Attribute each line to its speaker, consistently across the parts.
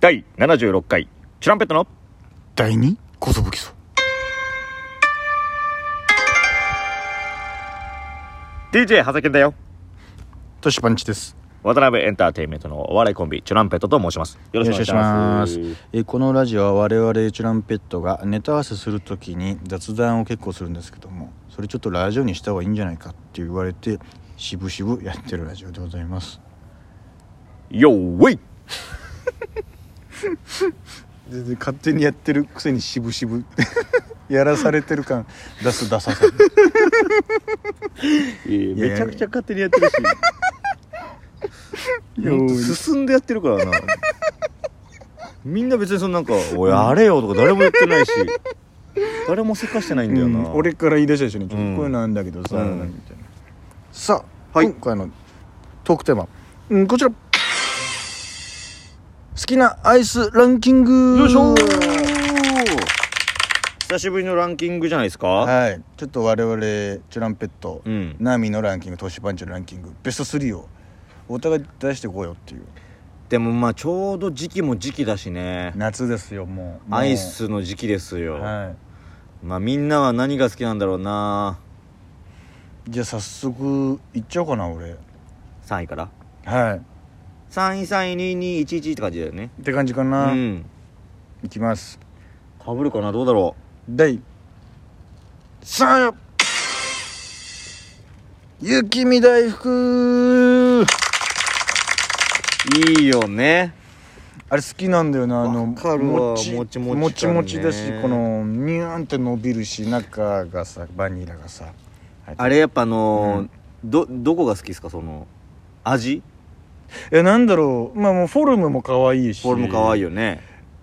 Speaker 1: 第76回チュランペットの
Speaker 2: 第二こそぶきそ「
Speaker 1: DJ はざけんだよ
Speaker 2: トシパンチ」です
Speaker 1: 渡辺エンターテインメントのお笑いコンビチュランペットと申しますよろしくお願いします
Speaker 2: よろしくお願いしますえーこのラジオは我々チュランペットがネタ合わせするときに雑談を結構するんですけどもそれちょっとラジオにした方がいいんじゃないかって言われて渋々やってるラジオでございます
Speaker 1: よーウェイ
Speaker 2: 全然勝手にやってるくせに渋々 やらされてる感出す出ささ
Speaker 1: いや
Speaker 2: め
Speaker 1: めちゃく
Speaker 2: ちゃくち
Speaker 1: ち
Speaker 2: ゃ
Speaker 1: ゃ勝手にやって るし進んでやってるからな みんな別にそのなんか「おいあれよ」とか誰も言ってないし誰もせかしてないんだよな、
Speaker 2: 俺から言い出したでしょね、ちょっと
Speaker 1: うん
Speaker 2: こういうのあんだけどさ、
Speaker 1: うん
Speaker 2: みたいなさあ、
Speaker 1: はい
Speaker 2: 今回のトークテーマ、うん、こちら好きなアイスランキング
Speaker 1: よいしょ久しぶりのランキングじゃないですか、
Speaker 2: はいちょっと我々チュランペット、
Speaker 1: うん
Speaker 2: ナミのランキングトシパンチのランキングベスト3をお互い出していこうよっていう
Speaker 1: でもまあちょうど時期も時期だしね
Speaker 2: 夏ですよもうもう
Speaker 1: アイスの時期ですよ、
Speaker 2: は
Speaker 1: まあみんなは何が好きなんだろうない
Speaker 2: じゃあ早速いっちゃおうかな俺
Speaker 1: 3位から
Speaker 2: はい
Speaker 1: 3位3位2位2位11って感じだよね
Speaker 2: って感じか
Speaker 1: う
Speaker 2: な、
Speaker 1: ん
Speaker 2: いきます
Speaker 1: かぶるかなどうだろ
Speaker 2: 第3位雪見大福
Speaker 1: ういいよね
Speaker 2: あれ好きなんだよなあの
Speaker 1: わかるわ
Speaker 2: もち
Speaker 1: もちもち感ね
Speaker 2: もちもちだしこのニューンって伸びるし中がさバニラがさ
Speaker 1: あれやっぱあのー
Speaker 2: うん
Speaker 1: どどこが好きですかその味
Speaker 2: えなんだろうまあもうフォルムも可愛いし
Speaker 1: フォルム可愛い
Speaker 2: よ、
Speaker 1: よね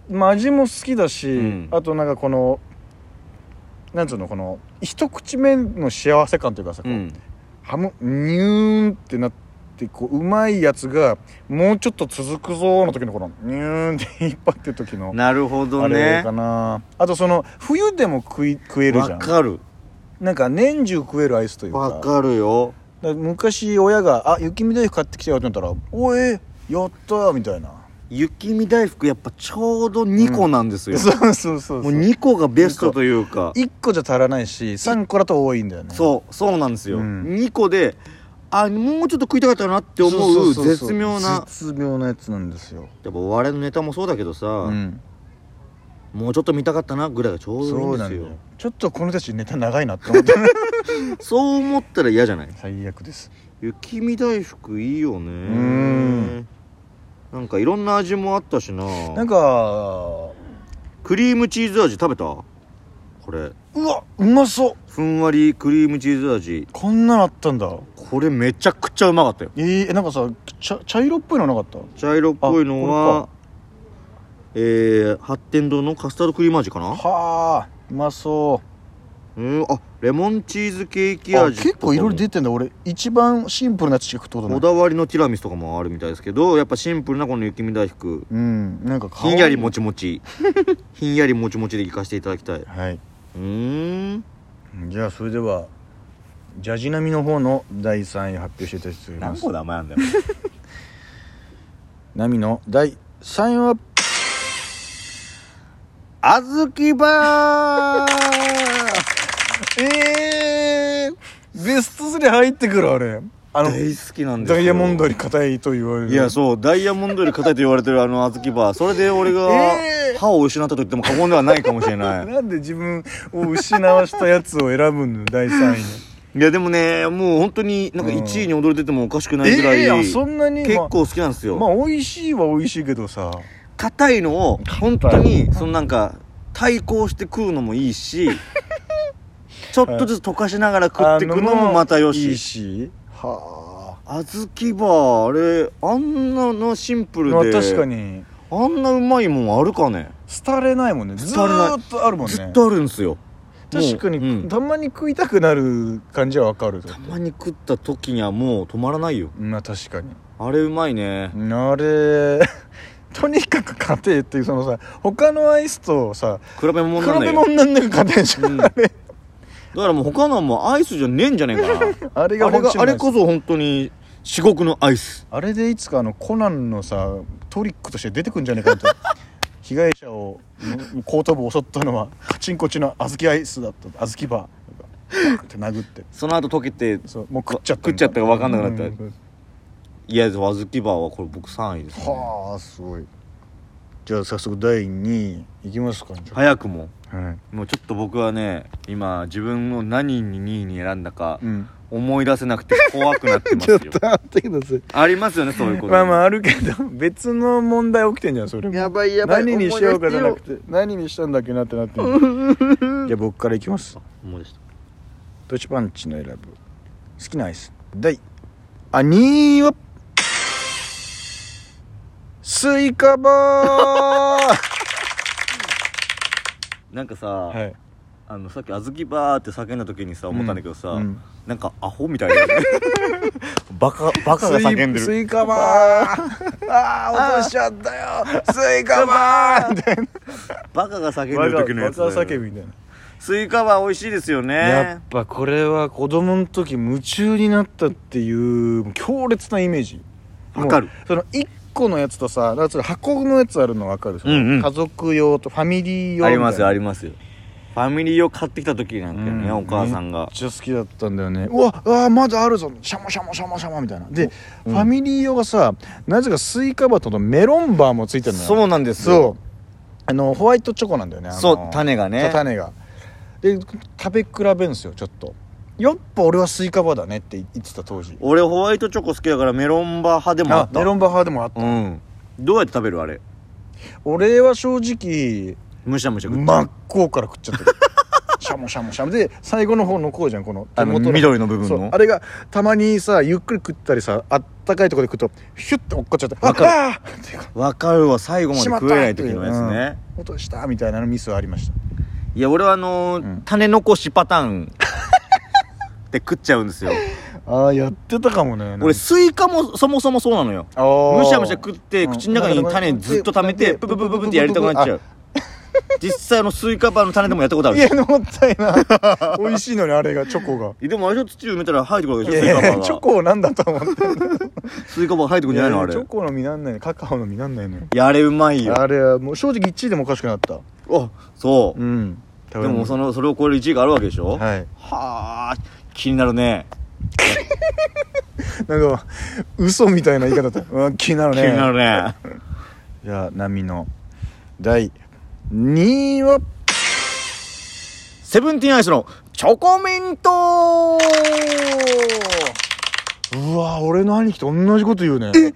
Speaker 2: まあ、味も好きだし、
Speaker 1: うん
Speaker 2: あとなんかこのなんつうのこの一口目の幸せ感というかさ、こ
Speaker 1: う
Speaker 2: うんハムニューンってなってこううまいやつがもうちょっと続くぞーの時のこのニューンって引っ張ってる時の
Speaker 1: なるほど
Speaker 2: あれ
Speaker 1: ね
Speaker 2: かなあとその冬でも食い食えるじゃ
Speaker 1: わ
Speaker 2: ん
Speaker 1: かる
Speaker 2: なんか年中食えるアイスというか
Speaker 1: わかるよ
Speaker 2: だから昔親が「あ雪見大福買ってきたよ」って言ったら「おえやったー」みたいな
Speaker 1: 雪見大福やっぱちょうど2個なんですよ、
Speaker 2: そうそうそう
Speaker 1: も
Speaker 2: そうう
Speaker 1: 2個がベストというか
Speaker 2: 1個じゃ足らないし3個だと多いんだよね
Speaker 1: そうそうなんですよ、
Speaker 2: うん
Speaker 1: 2個であもうちょっと食いたかったなって思う
Speaker 2: そそそそ
Speaker 1: 絶妙な
Speaker 2: 絶妙なやつなんですよ
Speaker 1: やっぱ我々のネタもそうだけどさ、
Speaker 2: うん
Speaker 1: もうちょっと見たかったなぐらいがちょうどいいんですよ
Speaker 2: よちょっとこの人たちネタ長いなって 思って
Speaker 1: そう思ったら嫌じゃない
Speaker 2: 最悪です
Speaker 1: 雪見大福いいよね
Speaker 2: ん
Speaker 1: なんかいろんな味もあったしな
Speaker 2: なんか
Speaker 1: クリームチーズ味食べたこれ
Speaker 2: うわうまそう
Speaker 1: ふんわりクリームチーズ味
Speaker 2: こんなのあったんだ
Speaker 1: これめちゃくちゃうまかったよ
Speaker 2: えー、えなんかさ茶茶色っぽいのなかった
Speaker 1: 茶色っぽいの
Speaker 2: あ
Speaker 1: はえー、八天堂のカスタードクリーム味かな
Speaker 2: はあうまそう
Speaker 1: うんあレモンチーズケーキ
Speaker 2: あ
Speaker 1: 味
Speaker 2: 結構いろいろ
Speaker 1: て
Speaker 2: 出てんだ俺一番シンプルなやつしか食ったこと
Speaker 1: こ
Speaker 2: ない
Speaker 1: だわりのティラミスとかもあるみたいですけどやっぱシンプルなこの雪見大福
Speaker 2: うんなんか
Speaker 1: ひんやりも
Speaker 2: も
Speaker 1: ちもち ひんやりもちもちでいかせていただきたいう
Speaker 2: はい
Speaker 1: ーん
Speaker 2: じゃあそれではジャジナミの方の第3位発表していただきます
Speaker 1: だ前なんだよ
Speaker 2: ナミの第3位は
Speaker 1: あずきバー
Speaker 2: ええベスト3入ってくるあれあの
Speaker 1: 大好きなんですよ
Speaker 2: ダイヤモンドより硬いと言われる
Speaker 1: いやそうダイヤモンドより硬いと言われてるあのあずきバーそれで俺が
Speaker 2: えー
Speaker 1: 歯を失ったと言っても過言ではないかもしれない
Speaker 2: なんで自分を失わしたやつを選ぶの第3位に
Speaker 1: いやでもねもう本当になんか
Speaker 2: うん
Speaker 1: 1位に踊れててもおかしくないぐらい、
Speaker 2: ええあそんなに
Speaker 1: 結構好きなんですよ、
Speaker 2: まあまあ美味しいは美味しいけどさ
Speaker 1: 硬いのを本当にそのなんか対抗して食うのもいい しちょっとずつ溶かしながら食っていくのもまたよ
Speaker 2: い
Speaker 1: し
Speaker 2: いしは
Speaker 1: 小豆バーあれあんなのシンプ
Speaker 2: あ、
Speaker 1: ル
Speaker 2: まあ、
Speaker 1: で
Speaker 2: 確かに
Speaker 1: あんなうまいもんあるかね
Speaker 2: 廃れないもんねず
Speaker 1: 廃れない
Speaker 2: ーっとあるもんね
Speaker 1: ずっとあるんですよ
Speaker 2: 確かに、
Speaker 1: もううん
Speaker 2: たまに食いたくなる感じはわかる
Speaker 1: たまに食った時にはもう止まらないよ
Speaker 2: まあ確かに
Speaker 1: あれうまいね
Speaker 2: あれ とにかく硬いっていうそのさ他のアイスとさ
Speaker 1: 比べ物
Speaker 2: 比
Speaker 1: になんな
Speaker 2: べ
Speaker 1: いよ
Speaker 2: 物になんなく硬いじゃん、
Speaker 1: うん
Speaker 2: あれ
Speaker 1: だからもう他のはもうアイスじゃねえんじゃねえかな
Speaker 2: あれ
Speaker 1: あれがあれ
Speaker 2: こ
Speaker 1: こそ本当に至極のアイス
Speaker 2: あれでいつかあのコナンのさトリックとして出てくんじゃねえかと 被害者をん後頭部を襲ったのはカチンコチンの小豆アイスだった小豆バーバーンって殴って
Speaker 1: その後溶けて
Speaker 2: そうもう食っちゃった
Speaker 1: 食っちゃったか分かんなくなった
Speaker 2: うん
Speaker 1: いや小豆バーはこれ僕3位です、ね、
Speaker 2: はあすごいじゃあ早速第2位いきますかじゃ
Speaker 1: 早くも
Speaker 2: あはい、
Speaker 1: もうちょっと僕はね今自分を何に2位に選んだか
Speaker 2: うん、
Speaker 1: 思い出せなくて怖くなってます
Speaker 2: ちょっ
Speaker 1: よ
Speaker 2: と待ってください
Speaker 1: ありますよねそういうこと
Speaker 2: まあまああるけど別の問題起きてんじゃんそれも
Speaker 1: やばいやばい
Speaker 2: 何にしようかじゃなく
Speaker 1: て
Speaker 2: て何にしたんだっけなってなってん のじゃあ僕からいきます
Speaker 1: 思い出した
Speaker 2: ドイチパンチの選ぶ好きなアイス第あ2位はスイカバー
Speaker 1: なんかさ、
Speaker 2: はい
Speaker 1: あのさっき「あずきバー」って叫んだ時にさ思ったんだけどさ、
Speaker 2: うん
Speaker 1: なんかアホみ たいなバカバカが叫んでる
Speaker 2: スイスイカバーあー落としちゃったよスイカバーみたい な
Speaker 1: バカが叫んでる時のやつだよね
Speaker 2: バカ叫びみたいな
Speaker 1: スイカバー美味しいですよ
Speaker 2: や
Speaker 1: ね
Speaker 2: っぱこれは子供の時夢中になったっていう強烈なイメージ
Speaker 1: わかる
Speaker 2: もうその1個のやつとさだからそれ箱のやつあるの分かる、その
Speaker 1: うんうん
Speaker 2: 家族用とファミリー用
Speaker 1: ありますよあ
Speaker 2: り
Speaker 1: りますよファミリーを買ってきた時なんだよね、お母さん
Speaker 2: めっ
Speaker 1: が
Speaker 2: ちゃ好きだったんだよねうわあーまだあるぞシャモシャモシャモシャモみたいなで、ファミリー用がさなぜかスイカバとのメロンバーもついてるのよ
Speaker 1: そうなんですよ
Speaker 2: そうあのホワイトチョコなんだよねあの
Speaker 1: そう種がね
Speaker 2: 種がで食べ比べんすよちょっとやっぱ俺はスイカバーだねって言ってた当時
Speaker 1: 俺ホワイトチョコ好きだからメロンバー派でもあ
Speaker 2: あ
Speaker 1: った
Speaker 2: メロンバー派でもあった
Speaker 1: うんどうやって食べるあれ
Speaker 2: 俺は正直
Speaker 1: むしゃむしゃ食って
Speaker 2: 真っ向から食っちゃ ってるシャモシャモシャモで最後の方のこうじゃんこの
Speaker 1: あの
Speaker 2: 手元
Speaker 1: 緑の部分の
Speaker 2: そうあれがたまにさゆっくり食ったりさあったかいところで食うとヒュッて落っこっちゃって「あ
Speaker 1: わかる
Speaker 2: あーっていうか
Speaker 1: わかるわ最後まで
Speaker 2: しまった
Speaker 1: 食えない時のやつね、
Speaker 2: うん落としたみたいなのミスはありました
Speaker 1: いや俺はあのー
Speaker 2: うん
Speaker 1: 種残しパターンで食っちゃうんですよ
Speaker 2: ああやってたかもね
Speaker 1: 俺スイカもそもそもそうなのよむ
Speaker 2: む
Speaker 1: しゃむしゃ食って
Speaker 2: うん
Speaker 1: 口の中に種ずっと溜めて
Speaker 2: うん
Speaker 1: プププププってやりたくなっちゃう実際あのスイカバーの種でもやったことある
Speaker 2: いやもったいない美味しいのにあれがチョコが
Speaker 1: でもあれでしょ土埋めたら生えてくるわ
Speaker 2: い
Speaker 1: けでしょスイカバ
Speaker 2: やいや
Speaker 1: ー
Speaker 2: チョ
Speaker 1: が
Speaker 2: コをなんだと思って
Speaker 1: スイカバー生えてくるんじゃないのあれ
Speaker 2: チョコの実なんないのカカオの実なんないのよ
Speaker 1: いやあれうまいよ
Speaker 2: あれはもう正直1位でもおかしくなった
Speaker 1: あそ
Speaker 2: うん
Speaker 1: うでもそ
Speaker 2: の
Speaker 1: のそれを超える1位があるわけでしょ
Speaker 2: はい
Speaker 1: はあ気になるね
Speaker 2: なんか嘘みたいな言い方 だった、うん、気になる
Speaker 1: 気
Speaker 2: ね
Speaker 1: になるね
Speaker 2: じゃあ波の第2位は
Speaker 1: セブンティーンアイスのチョコミント
Speaker 2: うわ俺の兄貴と同じこと言うねえチ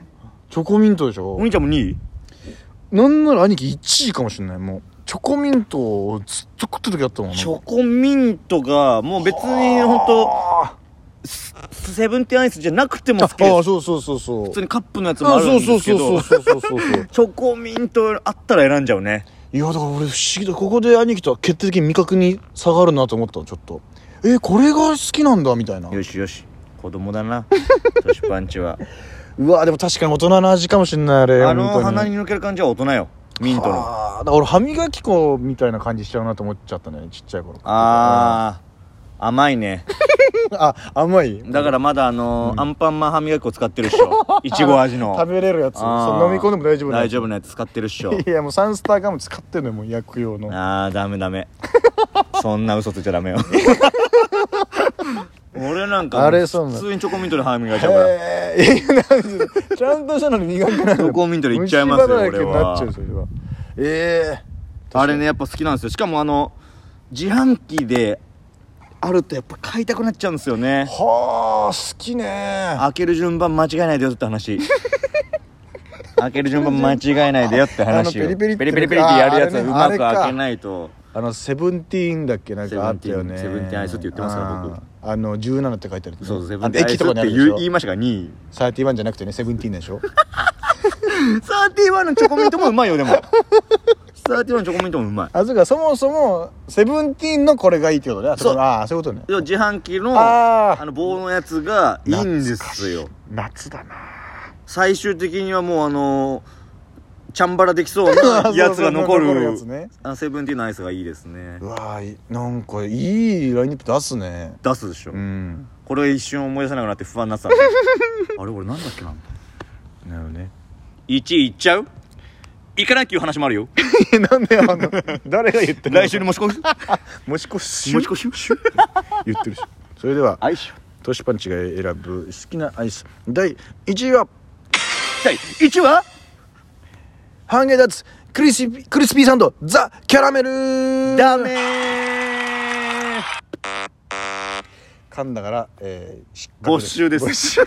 Speaker 2: ョコミントでしょ
Speaker 1: お兄ちゃんも2位
Speaker 2: なんなら兄貴1位かもしれないもうチョコミントをずっと食ってた時あったもん
Speaker 1: チョコミントがもう別に本当
Speaker 2: あ
Speaker 1: セブンティーンアイスじゃなくても
Speaker 2: あ
Speaker 1: 好きです
Speaker 2: ーそうそうそうそう
Speaker 1: 普通にカップのやつもあ
Speaker 2: あ
Speaker 1: る
Speaker 2: そうんそ
Speaker 1: で
Speaker 2: う
Speaker 1: すけ
Speaker 2: そうそ
Speaker 1: ど
Speaker 2: うそうそうそうそう
Speaker 1: チョコミントあったら選んじゃうね
Speaker 2: いやだから俺不思議だここで兄貴とは決定的に味覚に差があるなと思ったのちょっとえこれが好きなんだみたいな
Speaker 1: よしよし子供だ なトシパンチは
Speaker 2: うわでも確かに大人の味かもしんないあれ
Speaker 1: あの鼻
Speaker 2: の
Speaker 1: に抜ける感じは大人よミントのあ
Speaker 2: あーだから俺歯磨き粉みたいな感じしちゃうなと思っちゃったねちっちゃい頃
Speaker 1: あー甘いね
Speaker 2: ー あ甘い
Speaker 1: だからまだあのーアンパンマン歯磨き粉使ってるっし ょいちご味の
Speaker 2: 食べれるやつそ
Speaker 1: あー
Speaker 2: う飲み込んでも大丈夫なや
Speaker 1: 大
Speaker 2: つ
Speaker 1: 丈夫なやつ使ってるっ しょ
Speaker 2: いやもうサンスターガム使ってんのよもう薬用の
Speaker 1: あーダメダメそんな嘘ついちゃダ メよ俺なんかもう
Speaker 2: あれそうなの
Speaker 1: 普通にチョコミントで歯磨いちゃうから
Speaker 2: へ えいやなんでちゃんとしたのに磨くな
Speaker 1: チョ
Speaker 2: の
Speaker 1: コミントでいっちゃいますよ
Speaker 2: 虫歯だらけ
Speaker 1: 俺
Speaker 2: になっ
Speaker 1: は
Speaker 2: ちゃうそれはええ
Speaker 1: あれねやっぱ好きなんですよしかもあの自販機であるとやっぱ買いたくなっちゃうんですよね
Speaker 2: はあ好きねあ
Speaker 1: 開ける順番間違えないでよって 話開ける順番間違えないでよって話よ
Speaker 2: あのペリペリって
Speaker 1: ペリペリってやるやつ
Speaker 2: ああれ
Speaker 1: は
Speaker 2: ね
Speaker 1: うま
Speaker 2: あれ
Speaker 1: く
Speaker 2: か
Speaker 1: 開けないと
Speaker 2: のセブンティーンだっけなんかあったよね
Speaker 1: セブンティーンセブンティーンアイスって言ってますから僕
Speaker 2: あーあの17って書いてある
Speaker 1: そうそうセブ
Speaker 2: あ
Speaker 1: ン
Speaker 2: の
Speaker 1: ティーンアイ
Speaker 2: 駅
Speaker 1: ス
Speaker 2: とかにあ
Speaker 1: って
Speaker 2: る
Speaker 1: 言う
Speaker 2: で
Speaker 1: 言
Speaker 2: し
Speaker 1: い
Speaker 2: ょ
Speaker 1: ましたが2位
Speaker 2: サーティワンじゃなくてねセブンティーンでしょ
Speaker 1: サーティワンのチョコミントもうまいよでもサーティワンのチョコミントもうまい
Speaker 2: あそうかそもそもセブンティーンのこれがいいってことねあ
Speaker 1: そう
Speaker 2: あーそういうことね
Speaker 1: でも自販機の
Speaker 2: あ
Speaker 1: あ
Speaker 2: ー
Speaker 1: の棒のやつがいいんですよ
Speaker 2: 夏だな
Speaker 1: 最終的にはもうあのーチャンバラできそうなやつが残
Speaker 2: そうそうそう残る
Speaker 1: る
Speaker 2: やつね
Speaker 1: あセブンティーンのアイスがいいですね
Speaker 2: うわーいなんかいいラインナップ出すね
Speaker 1: 出すでしょ、
Speaker 2: うん
Speaker 1: これ一瞬思い出せなくなって不安になってたんだけどあれ俺なんだっけな
Speaker 2: なるほどね
Speaker 1: 1位いっちゃう行かないっていう話もあるよ
Speaker 2: なんであの誰が言っ て
Speaker 1: 来週に持ち越し
Speaker 2: もしこし
Speaker 1: 持ち越し
Speaker 2: 言ってるしそれでは
Speaker 1: あいしょ
Speaker 2: トシパンチが選ぶ好きなアイス第1位は
Speaker 1: 第1位は
Speaker 2: ハンゲーダッツクリスピクリスピーサンドザ・キャラメル
Speaker 1: ダメ
Speaker 2: 噛んだから、えー、失格
Speaker 1: 没収です
Speaker 2: 没収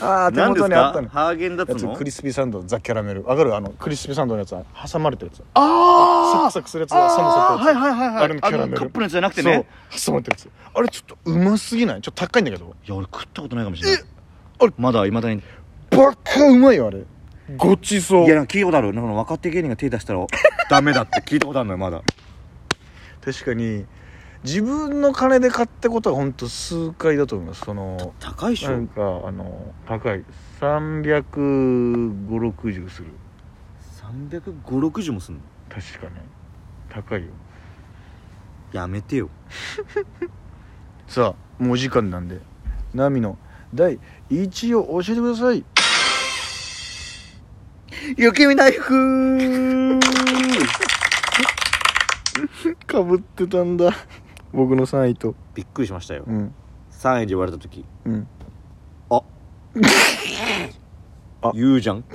Speaker 2: ああ手
Speaker 1: 何で
Speaker 2: 元
Speaker 1: す
Speaker 2: にあった
Speaker 1: か
Speaker 2: の
Speaker 1: ハーゲンダッ
Speaker 2: や
Speaker 1: ツ
Speaker 2: つ
Speaker 1: の
Speaker 2: クリスピーサンドザ・キャラメルわかるあのクリスピーサンドのやつ挟まれてるやつサ
Speaker 1: あ
Speaker 2: クサクするやつ
Speaker 1: あ
Speaker 2: サムサク
Speaker 1: はいはいはいはい
Speaker 2: あれのキャラメ
Speaker 1: あ
Speaker 2: ル
Speaker 1: のカップのやつじゃなくてね
Speaker 2: そう挟まれてるやつあれちょっとうますぎないちょっと高いんだけど
Speaker 1: いや俺食ったことないかもしれない
Speaker 2: あれ
Speaker 1: まだいまだに
Speaker 2: バカうまいよあれごちそ
Speaker 1: いや
Speaker 2: う
Speaker 1: なんか聞いたことあるなんか若手芸人が手出したらダメだって聞いたことあるのよまだ
Speaker 2: 確かに自分の金で買ったことは本当数回だと思いますその
Speaker 1: 高いっしょ、
Speaker 2: なんかあの高い35060する
Speaker 1: 35060もすんの
Speaker 2: 確かね高いよ
Speaker 1: やめてよ
Speaker 2: さあもうお時間なんでナミの第1位を教えてください
Speaker 1: 雪見大福
Speaker 2: かぶってたんだ 僕の3位と
Speaker 1: びっくりしましたよ
Speaker 2: うん
Speaker 1: 3位で言われた時
Speaker 2: うん
Speaker 1: あ
Speaker 2: あ
Speaker 1: 言うじゃんだ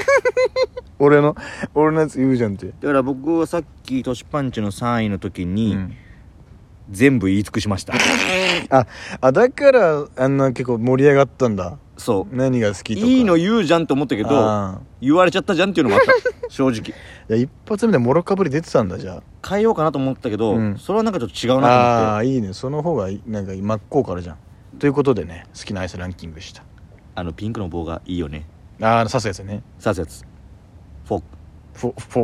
Speaker 2: 俺の俺のやつ言うじゃんって、
Speaker 1: から僕はさっきトシパンチの3位の時に、
Speaker 2: うん
Speaker 1: 全部言い尽くしました
Speaker 2: ああだからあんな結構盛り上がったんだ
Speaker 1: そう
Speaker 2: 何が好きとか
Speaker 1: いいの言うじゃんって思ったけど
Speaker 2: あ
Speaker 1: 言われちゃったじゃんっていうのもあった正直
Speaker 2: ーいや一発目でもろかぶり出てたんだじゃ
Speaker 1: 変えようかなと思ったけど、
Speaker 2: うん
Speaker 1: それはなんかちょっと違
Speaker 2: あ
Speaker 1: うなと思
Speaker 2: あ
Speaker 1: って
Speaker 2: あーいいねその方がいいなんか真っ向からじゃんということでね好きなアイスランキングでした
Speaker 1: あのピンクの棒がいいよね
Speaker 2: ああ刺すやつね
Speaker 1: 刺すやつフォーク
Speaker 2: フォフォ